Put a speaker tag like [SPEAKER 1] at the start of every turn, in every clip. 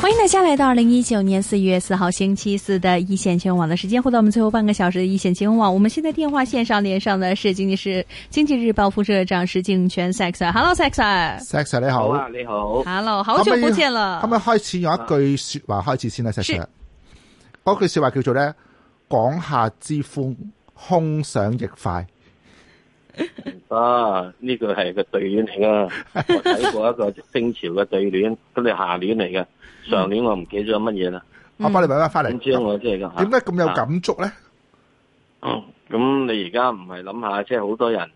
[SPEAKER 1] 欢迎大家来到二零一九年四月四号星期四的一线新闻网的时间，回到我们最后半个小时的一线新闻网。我们现在电话线上连上的是经济师经济日报副社长石敬全 Sex。Hello Sex。
[SPEAKER 2] Sex 你好，
[SPEAKER 3] 啊，你好。
[SPEAKER 1] Hello，好
[SPEAKER 3] 啊
[SPEAKER 1] 久不見啦。
[SPEAKER 2] 可唔可以開始用一句说話開始先咧？Sex
[SPEAKER 1] 是
[SPEAKER 2] 嗰句说話叫做咧，講下之歡，空想亦快。
[SPEAKER 3] 啊，呢個係個對聯嚟 噶，我睇過一個清朝嘅對聯，咁你下聯嚟嘅。上年我唔記得咗乜嘢啦，
[SPEAKER 2] 我幫你搵翻翻
[SPEAKER 3] 咁
[SPEAKER 2] 嚟。
[SPEAKER 3] 知啊我即係咁。
[SPEAKER 2] 嗯點解咁有感觸咧？
[SPEAKER 3] 嗯咁你而家唔係諗下，即係好多人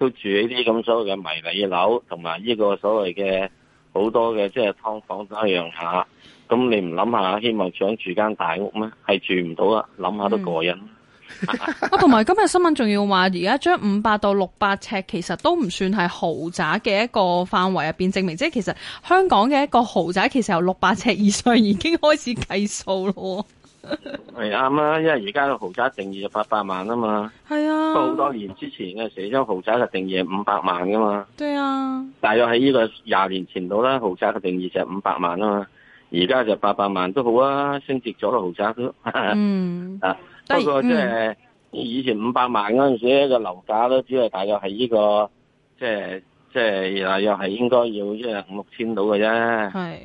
[SPEAKER 3] 都住喺啲咁所謂嘅迷你樓，同埋呢個所謂嘅好多嘅即係劏房都一樣下。咁你唔諗下，希望想住間大屋咩？係住唔到啊！諗下都過癮。
[SPEAKER 2] 嗯
[SPEAKER 1] 啊，同埋今日新聞仲要話，而家將五百到六百尺其實都唔算係豪宅嘅一個範圍入邊，證明即係其實香港嘅一個豪宅其實由六百尺以上已經開始計數咯
[SPEAKER 3] 係啱啊，因為而家嘅豪宅定義就八百萬啊嘛。
[SPEAKER 1] 喎。係
[SPEAKER 3] 不過好
[SPEAKER 1] 啊，
[SPEAKER 3] 多年之前嘅時候，豪宅嘅定義係五百萬噶嘛，
[SPEAKER 1] 對啊，
[SPEAKER 3] 大約喺呢個廿年前度啦，豪宅嘅定義就係五百萬啊嘛，而家就八百萬都好啊，升值咗啦豪宅都。
[SPEAKER 1] 嗯，
[SPEAKER 3] 啊，
[SPEAKER 1] 但嗯係
[SPEAKER 3] 不過即係以前五百萬嗰陣時咧，個樓價都只係大約係呢、個，即係即係大約係應該要即係五六千到嘅啫，
[SPEAKER 1] 係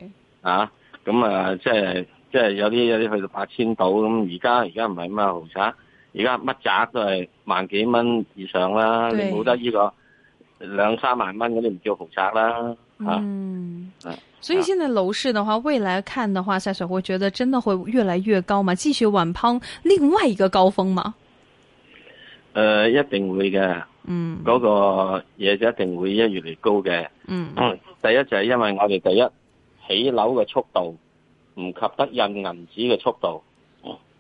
[SPEAKER 3] 啊，咁啊即係即係有啲有啲去到八千到，咁而家而家唔係咁啊豪宅，而家乜宅都係萬幾蚊以上啦，你
[SPEAKER 1] 對
[SPEAKER 3] 冇得呢、個兩三萬蚊嗰啲唔叫豪宅啦，啊。
[SPEAKER 1] 嗯
[SPEAKER 3] 啊。
[SPEAKER 1] 所以現在樓市的話，未來看的話，下水會覺得真的會越來越高嘛？繼續挽攀另外一個高峰嘛？
[SPEAKER 3] 誒、一定會嘅，
[SPEAKER 1] 嗯
[SPEAKER 3] 嗰、個嘢就一定會一越嚟越高嘅。
[SPEAKER 1] 嗯
[SPEAKER 3] 嗯第一就係因為我哋第一起樓嘅速度唔及得印銀紙嘅速度，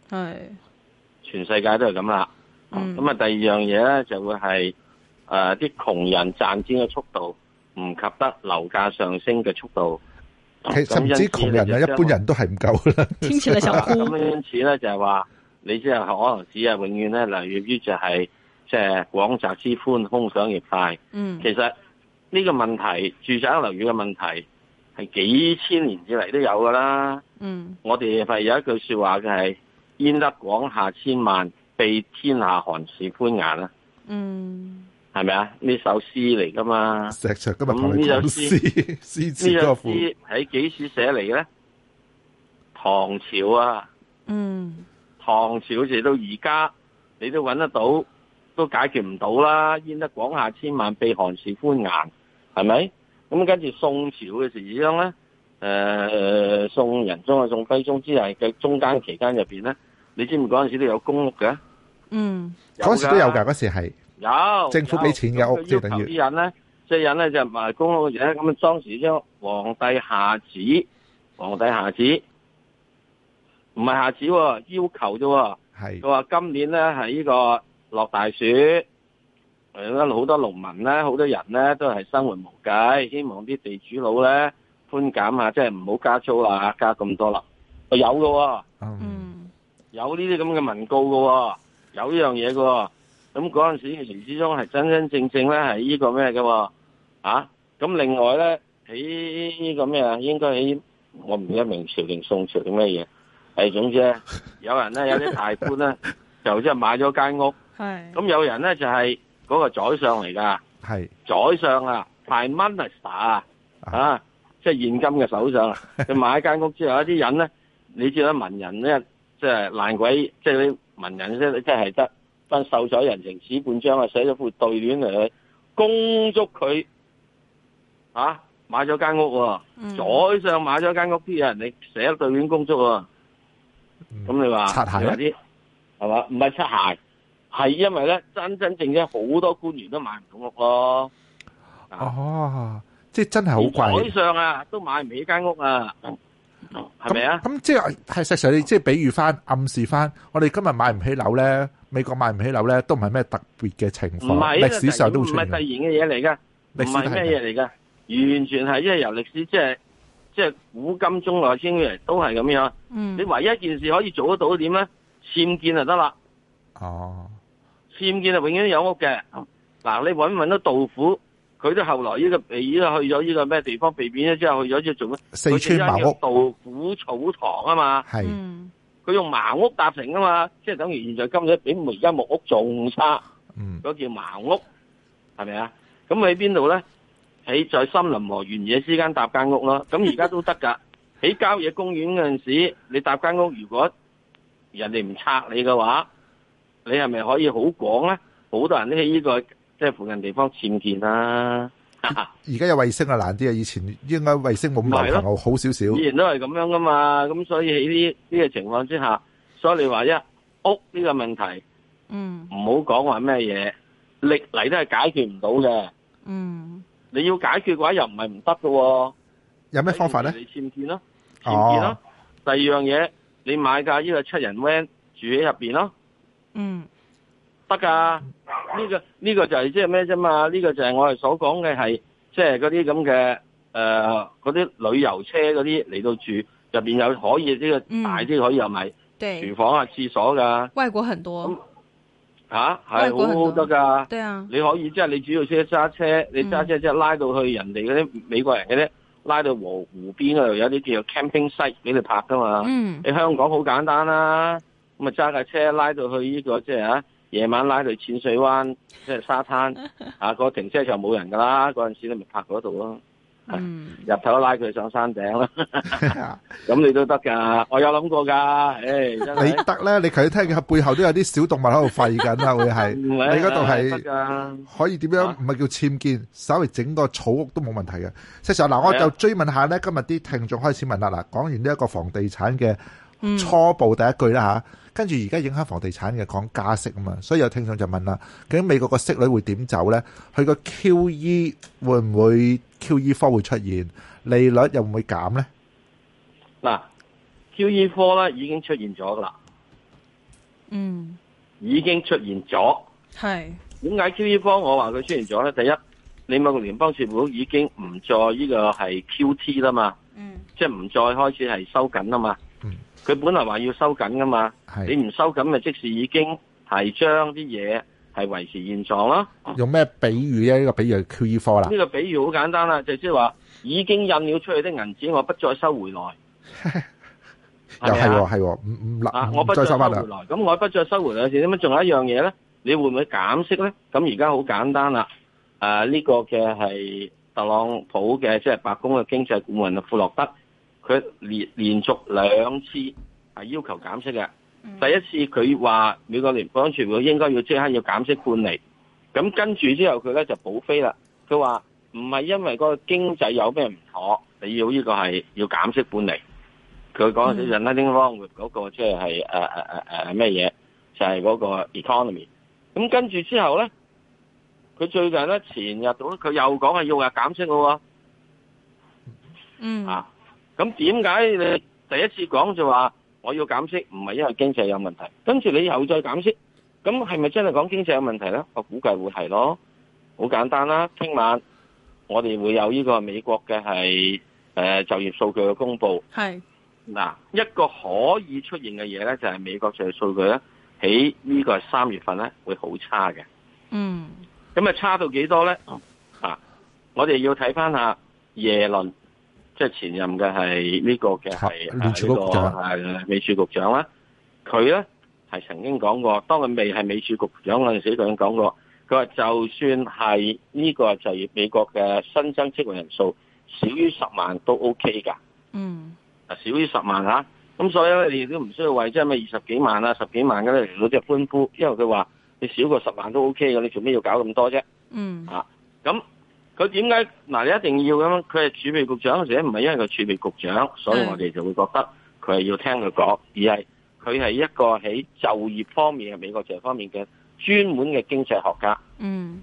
[SPEAKER 1] 係
[SPEAKER 3] 全世界都係咁啦。咁啊、
[SPEAKER 1] 嗯
[SPEAKER 3] 第二樣嘢咧就會係誒啲窮人賺錢嘅速度唔及得樓價上升嘅速度。
[SPEAKER 2] 其實唔
[SPEAKER 3] 咁因此
[SPEAKER 2] 知窮人啊，
[SPEAKER 3] 你就
[SPEAKER 2] 一般人都係唔夠啦。
[SPEAKER 1] 聽起來想
[SPEAKER 3] 將
[SPEAKER 1] 哭
[SPEAKER 3] 會。咁因此咧就係話，你即係可能只係永遠咧，例如於就係即係廣澤之寬，空想亦快。
[SPEAKER 1] 嗯
[SPEAKER 3] 其實呢個問題，住宅樓宇嘅問題係幾千年以嚟都有噶啦。
[SPEAKER 1] 嗯
[SPEAKER 3] 我哋係有一句說話嘅係焉得廣廈千萬，被天下寒士歡顏啊，
[SPEAKER 1] 嗯
[SPEAKER 3] 係咪啊？呢首詩嚟噶嘛？
[SPEAKER 2] 石 Sir 今日同你
[SPEAKER 3] 啊咁呢
[SPEAKER 2] 講
[SPEAKER 3] 首詩
[SPEAKER 2] 詩詩
[SPEAKER 3] 呢
[SPEAKER 2] 詞歌
[SPEAKER 3] 首
[SPEAKER 2] 賦。
[SPEAKER 3] 詩喺幾時寫嚟咧？唐朝啊，
[SPEAKER 1] 嗯
[SPEAKER 3] 唐朝至到而家，你都揾得到，都解決唔到啦。焉得廣廈千萬，被寒士歡顏，係咪？咁跟住宋朝嘅時點樣咧？誒、宋仁宗啊，宋徽宗之係嘅中間期間入邊咧，你知唔知嗰陣時都有公屋嘅？
[SPEAKER 1] 嗯
[SPEAKER 2] 嗰時都有㗎，嗰時係
[SPEAKER 3] 有
[SPEAKER 2] 政府俾錢嘅
[SPEAKER 3] 有
[SPEAKER 2] 屋即係
[SPEAKER 3] 咁佢
[SPEAKER 2] 等於
[SPEAKER 3] 要求啲人咧，即係人咧就賣公屋嘅人咧，咁啊當時將皇帝下旨，皇帝下旨，唔係下旨喎，要求啫喎。
[SPEAKER 2] 係
[SPEAKER 3] 佢話今年咧係呢個落大雪，誒好多農民咧，好多人咧都係生活無計，希望啲地主佬咧寬減下，即係唔好加租啦，加咁多啦。有嘅喎、
[SPEAKER 2] 嗯
[SPEAKER 1] 嗯
[SPEAKER 3] 有呢啲咁嘅文告嘅、喎，有呢樣嘢嘅、喎。咁嗰陣時嘅之中係真真正正咧係呢個咩嘅喎？啊！咁另外咧喺呢個咩啊？應該喺我唔記得明朝定宋朝定咩嘢？係總之咧，有人咧有啲大官咧就即係買咗間屋，
[SPEAKER 1] 係
[SPEAKER 3] 咁有人咧就係、嗰個宰相嚟㗎，
[SPEAKER 2] 係
[SPEAKER 3] 宰相啊，Prime Minister 啊，
[SPEAKER 2] 啊
[SPEAKER 3] 啊，即係現今嘅首 相啊，佢買一間屋之後，有啲人咧，你知啦，文人咧，即係爛鬼，即係啲文人咧，即係得班秀才人情紙半張啊，寫咗副對聯嚟去恭祝佢啊買咗間屋喎，
[SPEAKER 1] 嗯
[SPEAKER 2] 嗯
[SPEAKER 3] 宰相買咗間屋，啲有人你寫對聯恭祝喎，
[SPEAKER 2] 嗯
[SPEAKER 3] 咁你話
[SPEAKER 2] 擦鞋
[SPEAKER 3] 你
[SPEAKER 2] 咧
[SPEAKER 3] 話啲係嘛？唔係擦鞋，係因為咧真真正正好多官員都買唔到屋咯。啊
[SPEAKER 2] 哦，即係真係好
[SPEAKER 3] 海
[SPEAKER 2] 貴。
[SPEAKER 3] 上啊，都買唔起間屋啊，係咪啊？
[SPEAKER 2] 咁咁即係係石 Sir，你即係比喻翻、暗示翻，我哋今日買唔起樓咧，美國買唔起樓咧，都唔係咩特別嘅情
[SPEAKER 3] 唔
[SPEAKER 2] 況，
[SPEAKER 3] 係啊
[SPEAKER 2] 啊歷史上都
[SPEAKER 3] 唔
[SPEAKER 2] 會出
[SPEAKER 3] 係
[SPEAKER 2] 現
[SPEAKER 3] 突然嘅嘢嚟噶，唔
[SPEAKER 2] 歷史都係
[SPEAKER 3] 係咩嘢嚟噶，完全係因為由歷史即係即係古今中外先嚟都係咁樣。
[SPEAKER 1] 嗯
[SPEAKER 3] 你唯一一件事可以做得到點咧？僭建就得啦，
[SPEAKER 2] 哦，
[SPEAKER 3] 僭建就永遠有屋嘅。嗱，你揾唔揾到杜甫？佢都後來呢個被呢個去咗呢個咩地方被貶咗之後，去咗之後做咩？
[SPEAKER 2] 四川茅
[SPEAKER 3] 佢
[SPEAKER 2] 屋
[SPEAKER 3] 叫杜甫草堂啊嘛，
[SPEAKER 2] 係
[SPEAKER 1] 嗯
[SPEAKER 3] 佢用茅屋搭成啊嘛，即係等於現在今日比而家木屋仲差。
[SPEAKER 2] 嗯
[SPEAKER 3] 嗰叫茅屋，係咪啊？咁喺邊度咧？喺在森林和原野之間搭間屋咯。咁而家都得㗎。 喺郊野公園嗰陣時，你搭間屋，如果人哋唔拆你嘅話，你係咪可以好廣咧？好多人都喺呢、個即係附近地方僭建啦、
[SPEAKER 2] 而家有衛星啊難啲啊，以前應該衛星冇咁流
[SPEAKER 3] 咪係
[SPEAKER 2] 行，好少少。
[SPEAKER 3] 以前都係咁樣噶嘛。咁所以喺呢呢個情況之下，所以你話一屋呢個問題，
[SPEAKER 1] 嗯
[SPEAKER 3] 唔好講話咩嘢，歷嚟都係解決唔到嘅。
[SPEAKER 1] 嗯
[SPEAKER 3] 你要解決嘅話，又唔係唔得嘅喎。
[SPEAKER 2] 有咩方法咧？
[SPEAKER 3] 你僭建咯，
[SPEAKER 2] 哦
[SPEAKER 3] 僭建咯。第二樣嘢，你買架呢個七人 van 住喺入邊咯，
[SPEAKER 1] 嗯
[SPEAKER 3] 得㗎。呢、個呢、個就係即係咩啫嘛？呢、個就係我哋所講嘅係即係嗰啲咁嘅誒嗰啲旅遊車嗰啲嚟到住入邊有可以呢、
[SPEAKER 1] 嗯
[SPEAKER 3] 個大啲可以有埋
[SPEAKER 1] 对
[SPEAKER 3] 廚，房啊、廁所㗎
[SPEAKER 1] 外國很多，
[SPEAKER 3] 嚇，
[SPEAKER 1] 外
[SPEAKER 3] 係
[SPEAKER 1] 國
[SPEAKER 3] 好
[SPEAKER 1] 很
[SPEAKER 3] 好
[SPEAKER 1] 多
[SPEAKER 3] 得㗎。
[SPEAKER 1] 對啊，
[SPEAKER 3] 你可以即係你主要車揸車，你揸車即係拉到去人哋嗰啲美國人嗰啲，拉到湖湖邊嗰度有啲叫做 camping site 俾你拍噶嘛。
[SPEAKER 1] 嗯
[SPEAKER 3] 你香港好簡單啦，咁啊揸架車拉到去呢、個即係啊夜晚拉到去淺水灣即係沙灘啊，個停車場冇人噶啦，嗰陣時你咪拍嗰度咯，哎
[SPEAKER 1] 嗯
[SPEAKER 3] 入頭拉佢上山頂啦，
[SPEAKER 2] 你
[SPEAKER 3] 咁你都得㗎，我有諗過㗎，唉、真係
[SPEAKER 2] 得咧？你佢聽嘅背後都有啲小動物喺度吠緊啦，會係
[SPEAKER 3] 唔
[SPEAKER 2] 你
[SPEAKER 3] 係啊
[SPEAKER 2] 嗰度
[SPEAKER 3] 得
[SPEAKER 2] 係
[SPEAKER 3] 㗎。
[SPEAKER 2] 可以點樣？
[SPEAKER 3] 啊
[SPEAKER 2] 唔係叫僭建，稍微整個草屋都冇問題嘅。即係嗱，我
[SPEAKER 3] 係啊
[SPEAKER 2] 就追問下咧，今日啲聽眾開始問啦。嗱，講完呢一個房地產嘅
[SPEAKER 1] 嗯
[SPEAKER 2] 初步第一句啦吓，跟住而家影響房地產嘅講加息啊嘛，所以有聽眾就問啦，究竟美國個息率會點走呢？佢個 QE 會唔會 QE 科會出現？利率又唔會減呢？
[SPEAKER 3] 嗱，QE 科咧已經出現咗㗎啦，
[SPEAKER 1] 嗯
[SPEAKER 3] 已經出現咗。
[SPEAKER 1] 係
[SPEAKER 3] 點解 QE 方我話佢出現咗咧？第一，你美國聯邦儲備局已經唔再呢個係 QT 啦嘛，
[SPEAKER 1] 嗯
[SPEAKER 3] 即係唔再開始係收緊啦啊嘛
[SPEAKER 2] 嗯。
[SPEAKER 3] 佢本來話要收緊噶嘛，你
[SPEAKER 2] 係
[SPEAKER 3] 唔收緊咪即是已經係將啲嘢係維持現狀啦。
[SPEAKER 2] 用咩比喻咧？呢、個比喻係 QE 科啦
[SPEAKER 3] 呢、，個比喻好簡單啦，就即係話已經印了出去的銀紙，我不再收回來。
[SPEAKER 2] 又係
[SPEAKER 3] 係咪
[SPEAKER 2] 喎
[SPEAKER 3] 啊
[SPEAKER 2] 係喎，唔唔
[SPEAKER 3] 啊！
[SPEAKER 2] 立
[SPEAKER 3] 我
[SPEAKER 2] 唔
[SPEAKER 3] 不再
[SPEAKER 2] 再
[SPEAKER 3] 收
[SPEAKER 2] 收
[SPEAKER 3] 回
[SPEAKER 2] 翻啦，
[SPEAKER 3] 來，咁我不再收回來嘅時，咁仲有一樣嘢咧，你會唔會減息咧？咁而家好簡單啦，誒、呢、個嘅係特朗普嘅即係白宮嘅經濟顧問啊，庫洛德，佢連連續兩次係要求減息嘅。第一次佢話美國聯邦儲備局應該要即刻要減息半釐，咁跟住之後佢咧就補飛啦，佢話唔係因為個經濟有咩唔妥，你要呢個係要減息半釐。佢講
[SPEAKER 1] 嗯
[SPEAKER 3] 嘅就 nothing wrong with 嗰個即係係誒誒誒誒咩嘢，就係、嗰個 economy。咁跟住之後咧，佢最近咧前日到佢又講係要話減息咯喎
[SPEAKER 1] 嗯
[SPEAKER 3] 啊！咁點解你第一次講就話我要減息，唔係因為經濟有問題，跟住你又再減息，咁係咪真係講經濟有問題咧？我估計會係咯，好簡單啦。聽晚我哋會有呢個美國嘅係誒就業數據嘅公佈。
[SPEAKER 1] 係
[SPEAKER 3] 嗱，一個可以出現嘅嘢咧，就係美國就業數據咧，喺呢個三月份咧會好差嘅。
[SPEAKER 1] 嗯
[SPEAKER 3] 咁啊，差到幾多咧？
[SPEAKER 2] 哦
[SPEAKER 3] 啊，我哋要睇翻下耶倫，即係前任嘅係呢個嘅係
[SPEAKER 2] 聯儲局局長
[SPEAKER 3] 啊呢個係美儲局長啦。佢咧係曾經講過，當佢未係美儲局局長嗰陣時，佢已經講過，佢話就算係呢個就業美國嘅新增職位人數少於十萬都 OK 㗎。
[SPEAKER 1] 嗯
[SPEAKER 3] 啊少於十萬嚇，咁所以咧你亦都唔需要為即係咩二十幾萬啊、十幾萬嗰啲嚟到即係歡呼，因為佢話你少過十萬都 O K 嘅，你做咩要搞咁多啫？
[SPEAKER 1] 嗯
[SPEAKER 3] 咁佢點解嗱？你一定要咁樣？啊佢係儲備局長，或者唔係因為佢儲備局長，所以
[SPEAKER 1] 嗯
[SPEAKER 3] 我哋就會覺得佢係要聽佢講，而係佢係一個喺就業方面嘅美國就業方面嘅專門嘅經濟學家。
[SPEAKER 1] 嗯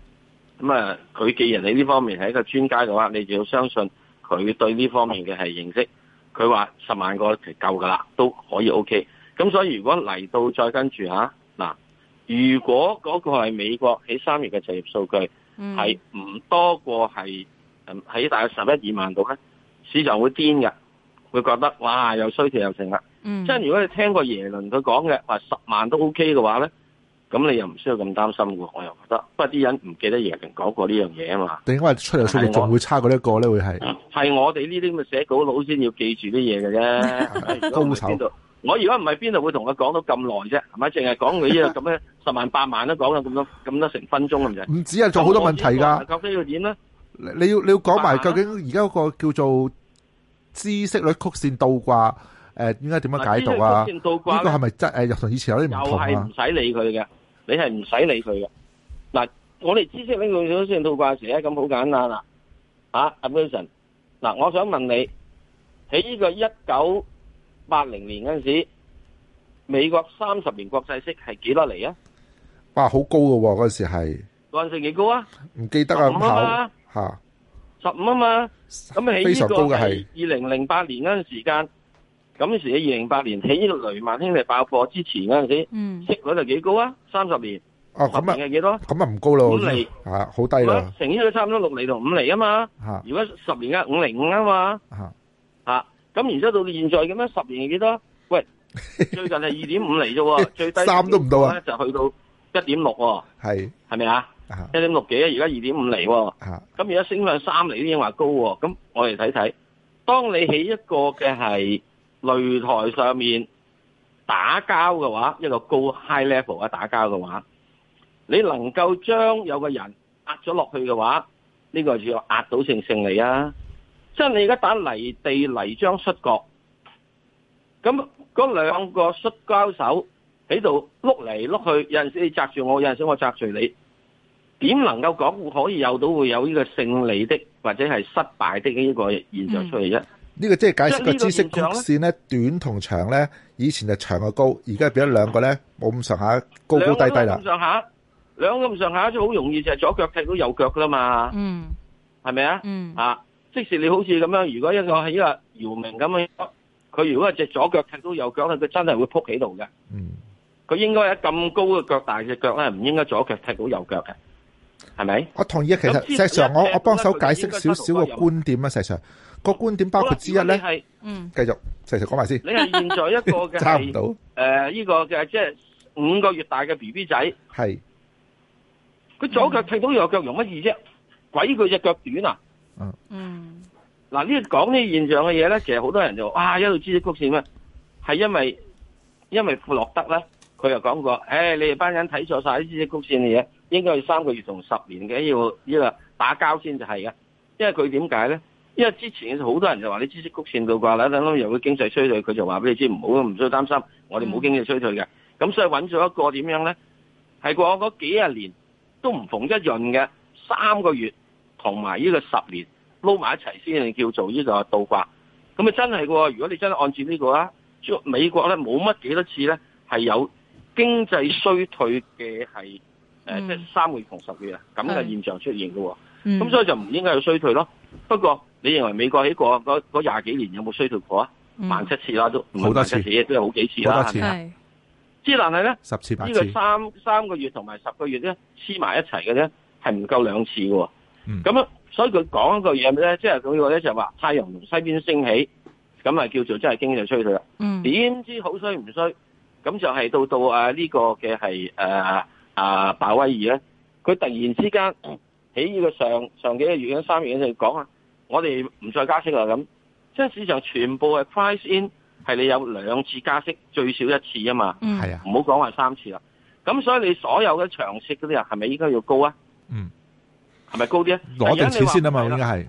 [SPEAKER 3] 咁啊，佢既然喺呢方面係一個專家嘅話，你就要相信佢對呢方面嘅係認識。佢話十萬個其實夠㗎啦，都可以 OK。咁所以如果嚟到再跟住嚇嗱，如果嗰個係美國喺三月嘅就業數據
[SPEAKER 1] 嗯
[SPEAKER 3] 係唔多過係嗯喺大概十一二萬度咧，市場會癲㗎。會覺得哇又衰退又成啦。
[SPEAKER 1] 嗯
[SPEAKER 3] 即係如果你聽過耶倫佢講嘅話十萬都 OK 嘅話咧，咁你又唔需要咁擔心嘅喎。我又覺得，不過啲人唔記得耶倫講過呢樣嘢啊嘛。
[SPEAKER 2] 定因為出嚟出去仲會差過呢一個咧，會係
[SPEAKER 3] 係我哋呢啲咁嘅寫稿佬先要記住啲嘢嘅 啫。如果唔係邊度，我如果唔係邊度會同佢講到咁耐啫？係咪？淨係講佢呢個 咁樣十萬八萬都講咗咁多咁多成分鐘咁滯。
[SPEAKER 2] 唔止啊，仲好多問題㗎。
[SPEAKER 3] 究竟要點咧？
[SPEAKER 2] 你你要你要講埋
[SPEAKER 3] 慢慢
[SPEAKER 2] 究竟而家嗰個叫做知識率曲線倒掛，誒應該點樣解讀啊？
[SPEAKER 3] 先倒
[SPEAKER 2] 呢
[SPEAKER 3] 掛
[SPEAKER 2] 個
[SPEAKER 3] 咧
[SPEAKER 2] 係咪真誒又同以前有啲
[SPEAKER 3] 又
[SPEAKER 2] 唔同
[SPEAKER 3] 係唔
[SPEAKER 2] 啊？
[SPEAKER 3] 使理佢嘅，你係唔使理佢嘅。嗱，我哋知識呢個咗先套掛時咧，咁好簡單啦。啊，阿 Wilson，嗱，我想問你喺呢個一九八零年嗰陣時，美國三十年國際息係幾多嚟啊？
[SPEAKER 2] 哇，好高嘅喎，嗰陣時係
[SPEAKER 3] 嗰陣時幾高啊？
[SPEAKER 2] 唔記得啊
[SPEAKER 3] 咁
[SPEAKER 2] 咁
[SPEAKER 3] 啊
[SPEAKER 2] 考嚇，
[SPEAKER 3] 十五啊嘛。咁喺
[SPEAKER 2] 非
[SPEAKER 3] 呢
[SPEAKER 2] 常高
[SPEAKER 3] 個
[SPEAKER 2] 嘅
[SPEAKER 3] 係
[SPEAKER 2] 係
[SPEAKER 3] 二零零八年嗰陣時間，咁時喺二零八年喺呢個雷曼兄弟爆破之前嗰陣時，
[SPEAKER 1] 嗯
[SPEAKER 3] 息率係幾高啊？三十年，
[SPEAKER 2] 哦
[SPEAKER 3] 十
[SPEAKER 2] 咁啊
[SPEAKER 3] 年係幾多？
[SPEAKER 2] 咁啊唔高咯
[SPEAKER 3] 咁你，
[SPEAKER 2] 嚇好低啦
[SPEAKER 3] 成呢都差唔多六厘同五厘啊嘛。
[SPEAKER 2] 嚇
[SPEAKER 3] 如果十年嘅五厘五啊嘛，
[SPEAKER 2] 嚇，
[SPEAKER 3] 嚇、咁然之後到到現在咁樣，十年係幾多？ 喂，最近係二點五厘啫喎，最低
[SPEAKER 2] 三都唔到啊
[SPEAKER 3] 咧就去到一點六喎，
[SPEAKER 2] 係
[SPEAKER 3] 係咪啊？
[SPEAKER 2] 嚇
[SPEAKER 3] 一點六幾啊，而家二點五厘喎，
[SPEAKER 2] 嚇
[SPEAKER 3] 咁而家升上三厘都已經話高喎，咁我哋睇睇，當你喺一個嘅係擂台上面打交嘅話，一個高 high level 啊打交嘅話，你能夠將有個人壓咗落去嘅話，呢、個就叫壓倒性勝利啊！即係你而家打泥地泥漿摔角，咁嗰兩個摔跤手喺度碌嚟碌去，有陣時你擲住我，有陣時我擲住你，點能夠講可以有到會有呢個勝利的或者係失敗的呢個現象出嚟啫？
[SPEAKER 2] 呢個即係解釋個
[SPEAKER 3] 即係呢個
[SPEAKER 2] 知識
[SPEAKER 3] 現
[SPEAKER 2] 曲
[SPEAKER 3] 象呢
[SPEAKER 2] 線咧，短同長咧，以前就長嘅高，而家變咗兩個咧冇咁上下高高
[SPEAKER 3] 兩個
[SPEAKER 2] 低低
[SPEAKER 3] 都
[SPEAKER 2] 啦
[SPEAKER 3] 咁。上下，兩個咁上下就好容易就係左腳踢到右腳噶啦嘛，
[SPEAKER 1] 嗯
[SPEAKER 3] 係咪啊？
[SPEAKER 1] 嗯
[SPEAKER 3] 啊，即使你好似咁樣，如果一個係一個姚明咁樣，佢如果係隻左腳踢到右腳咧，佢真係會撲喺度嘅。
[SPEAKER 2] 嗯，
[SPEAKER 3] 佢應該喺咁高嘅腳大隻腳咧，唔應該左腳踢到右腳嘅，係咪？
[SPEAKER 2] 我同意啊。其實
[SPEAKER 3] 咁知
[SPEAKER 2] 石 Sir，我
[SPEAKER 3] 一
[SPEAKER 2] 我幫手解釋少少個觀點啊。石 Sir 個觀點包括之一咧，
[SPEAKER 3] 好啦
[SPEAKER 1] 嗯
[SPEAKER 2] 繼續石 Sir 講埋先，
[SPEAKER 3] 如果你係你係現在一 個嘅
[SPEAKER 2] 揸唔
[SPEAKER 3] 係
[SPEAKER 2] 到
[SPEAKER 3] 誒呢個嘅即係五個月大嘅 B B 仔，
[SPEAKER 2] 係
[SPEAKER 3] 佢左
[SPEAKER 2] 嗯
[SPEAKER 3] 腳踢到右腳用乜嘢啫？鬼佢只腳短啊！
[SPEAKER 1] 嗯
[SPEAKER 3] 嗱呢講呢現象嘅嘢咧，其實好多人就話哇一路知識曲線咩？係因為因為富樂德咧，佢又講過，誒、你哋班人睇錯晒啲知識曲線嘅嘢，應該要三個月同十年嘅要呢個打交先就係嘅，因為佢點解咧？因為之前好多人就話你知識曲線倒掛啦，等等又會經濟衰退，佢就話俾你知唔好唔需要擔心，我哋冇經濟衰退嘅，咁所以揾咗一個點樣咧？係過嗰幾廿年都唔逢一潤嘅三個月同埋呢個十年。撈埋一齊先至叫做呢個倒掛。咁啊真係嘅喎，如果你真係按照呢個啊，中美國咧冇乜幾多次咧係有經濟衰退嘅係誒，
[SPEAKER 1] 嗯
[SPEAKER 3] 即係三個月同十個月啊咁嘅
[SPEAKER 1] 係
[SPEAKER 3] 現象出現嘅喎。
[SPEAKER 1] 嗯，
[SPEAKER 3] 咁所以就唔應該有衰退咯。不過你認為美國喺過嗰嗰廿幾年有冇衰退過啊？
[SPEAKER 1] 嗯
[SPEAKER 3] 萬七次啦，都唔係
[SPEAKER 2] 好多
[SPEAKER 3] 萬
[SPEAKER 2] 次
[SPEAKER 3] 七次，都有好幾次
[SPEAKER 2] 好
[SPEAKER 3] 啦
[SPEAKER 2] 多。次
[SPEAKER 1] 係
[SPEAKER 3] 之但係咧，
[SPEAKER 2] 十次八
[SPEAKER 3] 呢
[SPEAKER 2] 次
[SPEAKER 3] 個，三三個月同埋十個月咧黐埋一齊嘅咧，係唔夠兩次嘅喎。
[SPEAKER 2] 嗯
[SPEAKER 3] 咁啊，所以佢講一句嘢咧，即係佢個咧就係話太陽從西邊升起，咁啊叫做真係經濟衰退啦。
[SPEAKER 1] 嗯
[SPEAKER 3] 點知好衰唔衰？咁就係到到啊呢個嘅係誒啊鮑威爾咧，佢突然之間喺呢個上上幾個月三月就講啊，我哋唔再加息啦咁，即係市場全部係 price in 係你有兩次加息，最少一次啊嘛。
[SPEAKER 1] 嗯
[SPEAKER 2] 係啊，
[SPEAKER 3] 唔好講話三次啦。咁所以你所有嘅長息嗰啲人係咪應該要高啊？
[SPEAKER 2] 嗯，
[SPEAKER 3] 係咪高啲啊？
[SPEAKER 2] 攞定錢先啊嘛，
[SPEAKER 3] 而家
[SPEAKER 2] 應
[SPEAKER 3] 你
[SPEAKER 2] 該
[SPEAKER 3] 話
[SPEAKER 2] 係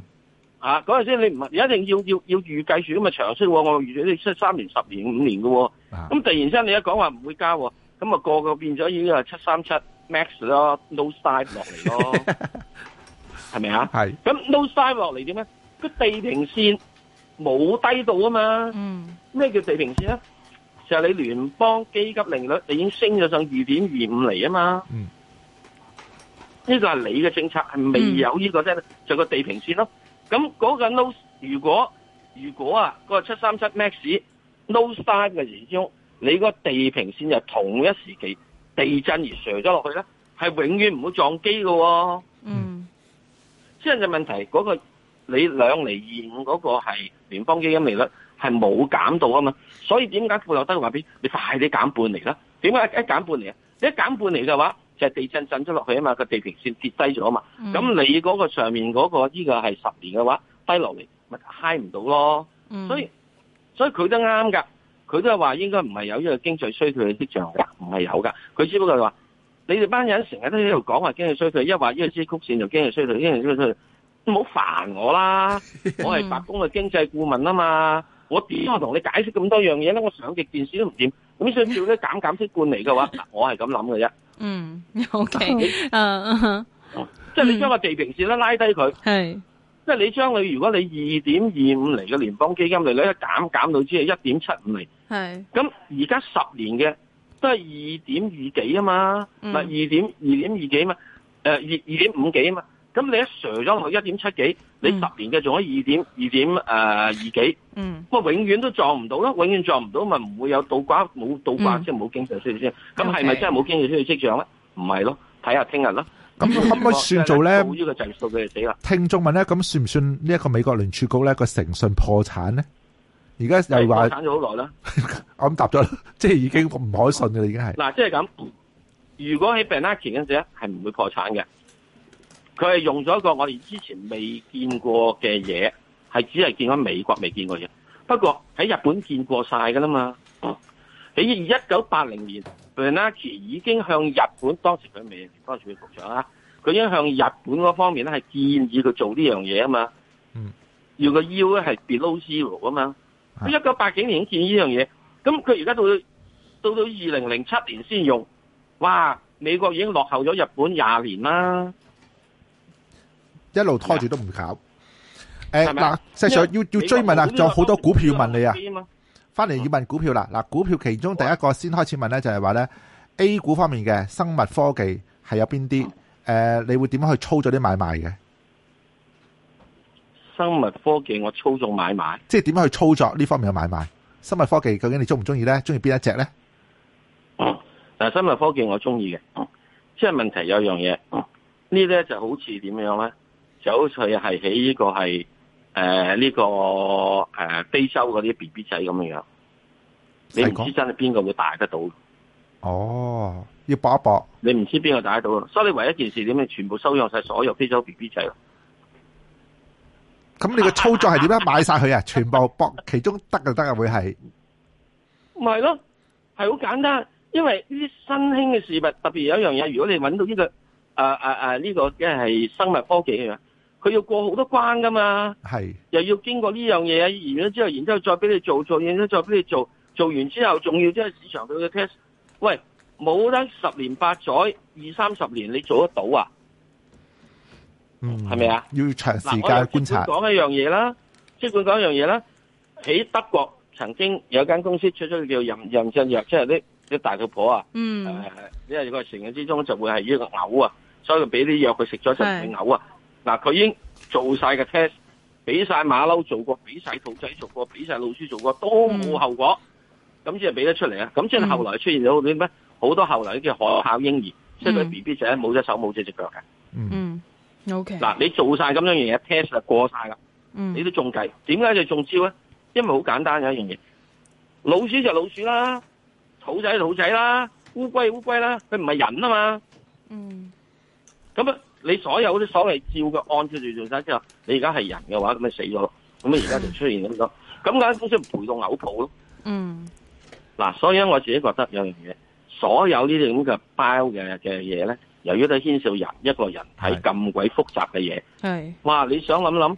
[SPEAKER 3] 啊，嗰陣時你唔係一定要要要預計住咁嘅長息喎，我預咗你出三年、十年、五年嘅喎。
[SPEAKER 2] 啊
[SPEAKER 3] 咁突然之間你一講話唔會加喎，咁啊個個變咗已經係七三七 max 咯，no side 落嚟咯， 係咪啊？
[SPEAKER 2] 係
[SPEAKER 3] 咁 no side 落嚟點咧？個地平線冇低到啊嘛。
[SPEAKER 1] 嗯
[SPEAKER 3] 咩叫地平線咧？就係、你聯邦基金利率，你已經升咗上二點二五厘啊嘛。
[SPEAKER 2] 嗯。
[SPEAKER 3] 呢個係你嘅政策，係未有呢、個啫，就個地平線咯。咁嗰個 no，如果如果啊，嗰個七三七 max no star 嘅時鐘，你個地平線就同一時期地震而瀉咗落去咧，係永遠唔會撞機嘅喎、
[SPEAKER 1] 嗯
[SPEAKER 3] 先係問題嗰、個你兩厘二五嗰個係聯邦基金利率係冇減到啊嘛，所以點解富有德話俾你快啲減半厘啦？點解一減半厘啊？你一減半厘嘅話，就係、地震震咗落去啊嘛，個地平線跌低咗啊嘛，
[SPEAKER 1] 嗯
[SPEAKER 3] 咁你嗰個上面嗰、個呢、個係十年嘅話，低落嚟咪嗨唔到咯。
[SPEAKER 1] 嗯
[SPEAKER 3] 所以所以佢都啱噶，佢都係話應該唔係有呢個經濟衰退嘅跡象㗎，唔係有㗎。佢只不過係話你哋班人成日都喺度講話經濟衰退，一話呢個支曲線就經濟衰退，經濟衰退，唔好煩我啦！我係白宮嘅經濟顧問啊嘛，我點可同你解釋咁多樣嘢咧？我上極電視都唔掂，咁所以照咧減減息灌嚟嘅話，嗱我係咁諗嘅啫。
[SPEAKER 1] 嗯，OK，嗯
[SPEAKER 3] 即係你將個地平線咧拉低佢，
[SPEAKER 1] 系
[SPEAKER 3] 即係你將你如果你二點二五厘嘅聯邦基金利率一減減到只係一點七五厘。
[SPEAKER 1] 系
[SPEAKER 3] 咁而家十年嘅都係二點二幾啊嘛，唔
[SPEAKER 1] 嗯
[SPEAKER 3] 係二點二點二幾嘛，誒呃二二點五幾啊嘛。咁你一 s 咗落去一點七幾，你
[SPEAKER 1] 嗯
[SPEAKER 3] 十年嘅仲喺二點二點誒二幾，
[SPEAKER 1] 嗯
[SPEAKER 3] 咁啊永遠都撞唔到啦，永遠撞唔到咪唔會有倒掛，冇倒掛
[SPEAKER 1] 嗯
[SPEAKER 3] 即係冇經濟衰退先。
[SPEAKER 1] OK
[SPEAKER 3] 咁係咪真係冇經濟衰退跡象咧？唔係咯，睇下聽日啦。
[SPEAKER 2] 咁可唔可以算做咧
[SPEAKER 3] 冇呢個就數佢就死啦。
[SPEAKER 2] 聽眾問咧，咁算唔算呢一個美國聯儲局咧個誠信破產咧？而家又話
[SPEAKER 3] 破產咗好耐啦。
[SPEAKER 2] 我咁答咗啦， 即係已經唔可信嘅啦，已經係。
[SPEAKER 3] 嗱，即係咁，如果喺 Bernanke 嗰陣時咧，係唔會破產嘅。佢係用咗一個我哋之前未見過嘅嘢，係只係見過美國未見過嘅嘢。不過喺日本見過晒㗎啦嘛。喺一九八零年，Bernanke 已經向日本當時佢未當時佢局長啊，佢已經向日本嗰方面咧係建議佢做呢樣嘢啊嘛。
[SPEAKER 2] 嗯，
[SPEAKER 3] 要個腰咧係 below zero 啊嘛。
[SPEAKER 2] 啊
[SPEAKER 3] 佢一九八幾年已經建議呢樣嘢，咁佢而家到到到到二零零七年先用，哇！美國已經落後咗日本廿年啦。
[SPEAKER 2] 一路拖住都唔搞。诶，
[SPEAKER 3] 係咪
[SPEAKER 2] 嗱，石 Sir 要要追問啊，仲有好多股票要問你啊，
[SPEAKER 3] 啊。
[SPEAKER 2] 翻嚟要問股票啦。嗱，股票其中第一個先開始問咧，就係話咧 A 股方面嘅生物科技係有邊啲？
[SPEAKER 3] 嗯
[SPEAKER 2] 诶，你會點樣去操作啲買賣嘅？
[SPEAKER 3] 生物科技我操縱買賣，
[SPEAKER 2] 即係點樣去操作呢方面嘅買賣？生物科技究竟你中唔中意咧？中意邊一隻咧？
[SPEAKER 3] 但生物科技我中意嘅，嗯即係問題有樣嘢，嗯呢咧就好似點樣咧？就好似係喺呢個係誒呢個誒、呃非洲嗰啲 B B 仔咁樣樣，你唔
[SPEAKER 2] 係講
[SPEAKER 3] 知真係邊個會大得到，
[SPEAKER 2] 哦，要搏一搏。
[SPEAKER 3] 你唔知邊個大得到，所以你唯一一件事點，你全部收養晒所有非洲 B B 仔咯。啊
[SPEAKER 2] 咁你嘅操作係點樣買晒佢啊？全部搏，其中得就得啊，會係
[SPEAKER 3] 唔係咯，係好簡單，因為呢啲新興嘅事物，特別有一樣嘢，如果你揾到呢、個啊啊啊呢個嘅係生物科技嘅樣，佢要過好多關噶嘛，
[SPEAKER 2] 係
[SPEAKER 3] 又要經過呢樣嘢，完咗之後，然之後再俾你做，做完之後再俾你做，做完之後仲要即係市場度嘅 test，喂，冇得十年八載，二三十年你做得到啊？
[SPEAKER 2] 嗯
[SPEAKER 3] 係咪啊？
[SPEAKER 2] 要長時
[SPEAKER 3] 嗱，
[SPEAKER 2] 間
[SPEAKER 3] 我又
[SPEAKER 2] 觀察
[SPEAKER 3] 即。管講一樣嘢啦，即管講一樣嘢啦。喺德國曾經有間公司出咗叫任任震藥，即係啲啲大肚婆啊。誒、
[SPEAKER 1] 嗯
[SPEAKER 3] 因為個成人之中就會係呢個嘔啊，所以佢俾啲藥佢食咗就唔會
[SPEAKER 1] 係
[SPEAKER 3] 嘔啊。嗱，佢已經做晒個 test，俾晒馬騮做過，俾晒兔仔做過，俾晒老鼠做過，都冇後果，咁即係俾得出嚟啊！咁即係
[SPEAKER 1] 嗯
[SPEAKER 3] 後來出現咗好多咩？好多後來叫可效嬰兒，即係佢
[SPEAKER 1] 嗯
[SPEAKER 3] B B 仔冇隻手冇隻隻腳嘅。
[SPEAKER 2] 嗯，
[SPEAKER 1] 嗯，OK，
[SPEAKER 3] 嗱，你做晒咁樣嘢 test 就過晒啦，
[SPEAKER 1] 嗯
[SPEAKER 3] 你都中計，點解你中招咧？因為好簡單有一樣嘢，老鼠就老鼠啦，兔仔就兔仔啦，烏龜就烏龜啦，佢唔係人啊嘛。
[SPEAKER 1] 嗯
[SPEAKER 3] 咁啊，你所有啲所謂照嘅按照住做晒之後，你而家係人嘅話，咁咪死咗咯。咁啊，而家就出現咁多，咁啊間公司咪賠到嘔吐咯。
[SPEAKER 1] 嗯
[SPEAKER 3] 嗱，所以咧我自己覺得有樣嘢，所有呢啲咁嘅包嘅嘅嘢咧，由於都牽涉人一個人體
[SPEAKER 2] 係
[SPEAKER 3] 咁鬼複雜嘅嘢，
[SPEAKER 1] 系
[SPEAKER 3] 哇！你想諗諗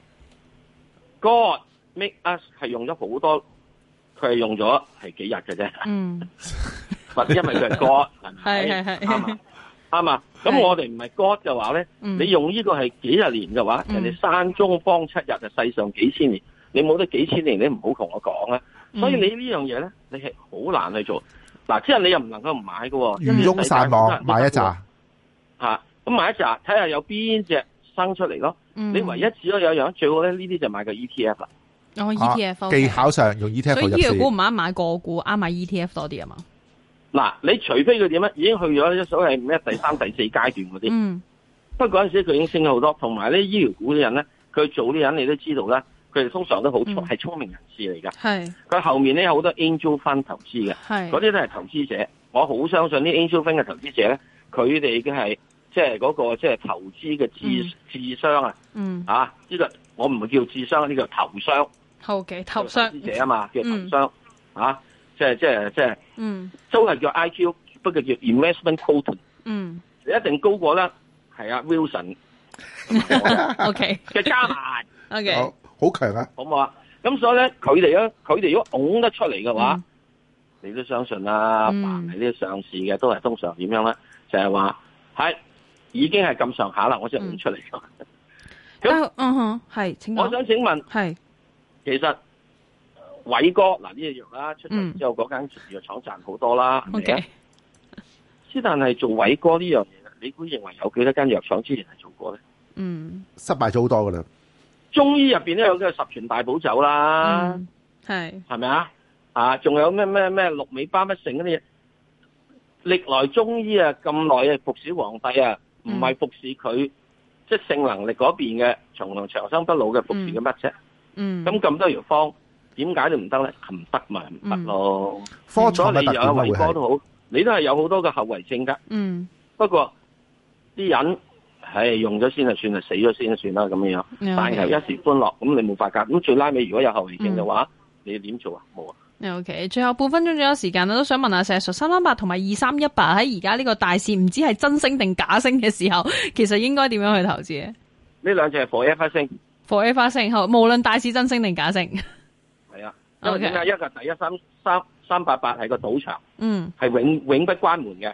[SPEAKER 3] ，God make us 係用咗好多，佢係用咗係幾日嘅啫，
[SPEAKER 1] 嗯
[SPEAKER 3] 或者因為佢係 God
[SPEAKER 1] 係
[SPEAKER 3] 係咪？
[SPEAKER 1] 係係
[SPEAKER 3] 啱啊啱啊！咁
[SPEAKER 1] 係
[SPEAKER 3] 我哋唔係 God 嘅話咧。
[SPEAKER 1] 嗯，
[SPEAKER 3] 你用呢個係幾十年嘅話，
[SPEAKER 1] 嗯
[SPEAKER 3] 人哋山中方七日啊，世上幾千年，你冇得幾千年，你唔好同我講啊。所以你呢樣嘢咧，你係好難去做。嗱，之後你又唔能夠唔買嘅喎，因為
[SPEAKER 2] 漁翁散網買一
[SPEAKER 3] 嚇
[SPEAKER 2] 紮，，
[SPEAKER 3] 啊咁買一紮，睇下有邊只生出嚟咯。你
[SPEAKER 1] 你
[SPEAKER 3] 唯一只可以有一樣最好咧，呢啲就買個 ETF 啦。
[SPEAKER 1] 哦 E
[SPEAKER 2] 啊
[SPEAKER 1] ETF，
[SPEAKER 2] 技巧上用 E
[SPEAKER 1] 所
[SPEAKER 2] ETF
[SPEAKER 1] 以
[SPEAKER 2] 入
[SPEAKER 1] 醫藥
[SPEAKER 2] 市
[SPEAKER 1] 股唔啱買個股，啱買 ETF 多啲啊嘛，
[SPEAKER 3] 嗱，你除非佢點咧，已經去咗所謂咩第三、第四階段嗰啲。
[SPEAKER 1] 嗯
[SPEAKER 3] 不過嗰陣時佢已經升咗好多，同埋咧醫療股嘅人咧，佢做啲人你都知道啦，佢哋通常都好聰係聰明人士嚟㗎。
[SPEAKER 1] 係
[SPEAKER 3] 佢後面咧有好多 angel fund 投資嘅，
[SPEAKER 1] 係
[SPEAKER 3] 嗰啲都係投資者。我好相信啲 angel fund 嘅投資者咧，佢哋嘅係即係嗰個即係投資嘅智智商啊，
[SPEAKER 1] 嗯
[SPEAKER 3] 啊呢個我唔會叫智商，呢個叫投商。
[SPEAKER 1] 好嘅頭商
[SPEAKER 3] 投資者啊嘛，叫投
[SPEAKER 1] 嗯
[SPEAKER 3] 商啊，即係即係即係
[SPEAKER 1] 嗯
[SPEAKER 3] 都係叫 IQ，不過叫 investment quotient，
[SPEAKER 1] 嗯
[SPEAKER 3] 你一定高過啦，係啊 Wilson
[SPEAKER 1] ，OK
[SPEAKER 3] 嘅加埋，
[SPEAKER 1] OK，
[SPEAKER 2] 好好強啊！
[SPEAKER 3] 好唔好啊？咁所以咧，佢哋咧，佢哋如果拱得出嚟嘅話，
[SPEAKER 1] 嗯
[SPEAKER 3] 你都相信啦。
[SPEAKER 1] 嗯
[SPEAKER 3] 凡係呢啲上市嘅，都係通常點樣咧？就係話係已經係咁上下啦，我先拱出嚟。咁
[SPEAKER 1] 但嗯哼係，請
[SPEAKER 3] 我
[SPEAKER 1] 講
[SPEAKER 3] 想請問，
[SPEAKER 1] 係
[SPEAKER 3] 其實偉哥嗱呢隻藥啦，出咗之後嗰間藥廠賺好多啦，係咪啊
[SPEAKER 1] 嗯 OK，
[SPEAKER 3] 之但係做偉哥呢樣嘢咧，你估認為有幾多間藥廠之前係做過咧？
[SPEAKER 1] 嗯
[SPEAKER 2] 失敗咗好多噶啦，
[SPEAKER 3] 中醫入邊都有嘅十全大補酒啦，
[SPEAKER 1] 嗯係
[SPEAKER 3] 係咪啊？啊，仲有咩咩咩六尾巴乜成嗰啲嘢？歷來中醫啊咁耐啊，服侍皇帝啊，唔係服侍佢即係性能力嗰邊嘅，從容長生不老嘅服侍嘅乜啫？
[SPEAKER 1] 嗯
[SPEAKER 3] 咁咁多條方，點解都唔得咧？唔得咪唔得咯。
[SPEAKER 2] 科
[SPEAKER 3] 所
[SPEAKER 2] 創
[SPEAKER 3] 以
[SPEAKER 2] 嘅特
[SPEAKER 3] 你有
[SPEAKER 2] 點啊會
[SPEAKER 3] 偉哥
[SPEAKER 2] 係
[SPEAKER 3] 都好，你都係有好多嘅後遺症㗎。
[SPEAKER 1] 嗯
[SPEAKER 3] 不過啲人唉用咗先就算啦，死咗先就算啦咁樣樣。
[SPEAKER 1] 嗯
[SPEAKER 3] 但係有一時歡樂，咁你冇法㗎。咁最拉尾如果有後遺症嘅話，你點做啊？冇啊！
[SPEAKER 1] O K，最後半分鐘仲有時間啦，都想問下石 Sir，三三八同埋二三一八喺而家呢個大市唔知係真升定假升嘅時候，其實應該點樣去投資咧
[SPEAKER 3] 呢兩隻係 forever 升，
[SPEAKER 1] ？forever 升後，無論大市真升定假升，
[SPEAKER 3] 係啊，因為
[SPEAKER 1] OK
[SPEAKER 3] 點解一個第一三三三八八係個賭場，
[SPEAKER 1] 嗯
[SPEAKER 3] 係永永不關門嘅，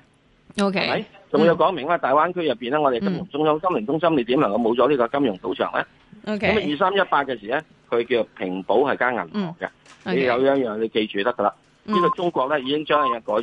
[SPEAKER 1] ，O
[SPEAKER 3] 係咪
[SPEAKER 1] K，？
[SPEAKER 3] 仲有講明啦，大灣區入邊咧，我哋金融中心、金融中心，你點能夠冇咗呢個金融賭場咧？
[SPEAKER 1] O
[SPEAKER 3] 咁
[SPEAKER 1] K，
[SPEAKER 3] 啊，二三一八嘅時咧，佢叫
[SPEAKER 1] 嗯
[SPEAKER 3] 平保係間銀行嘅，你有一樣你記住得㗎啦。呢個中國咧已經將一樣嘢改咗。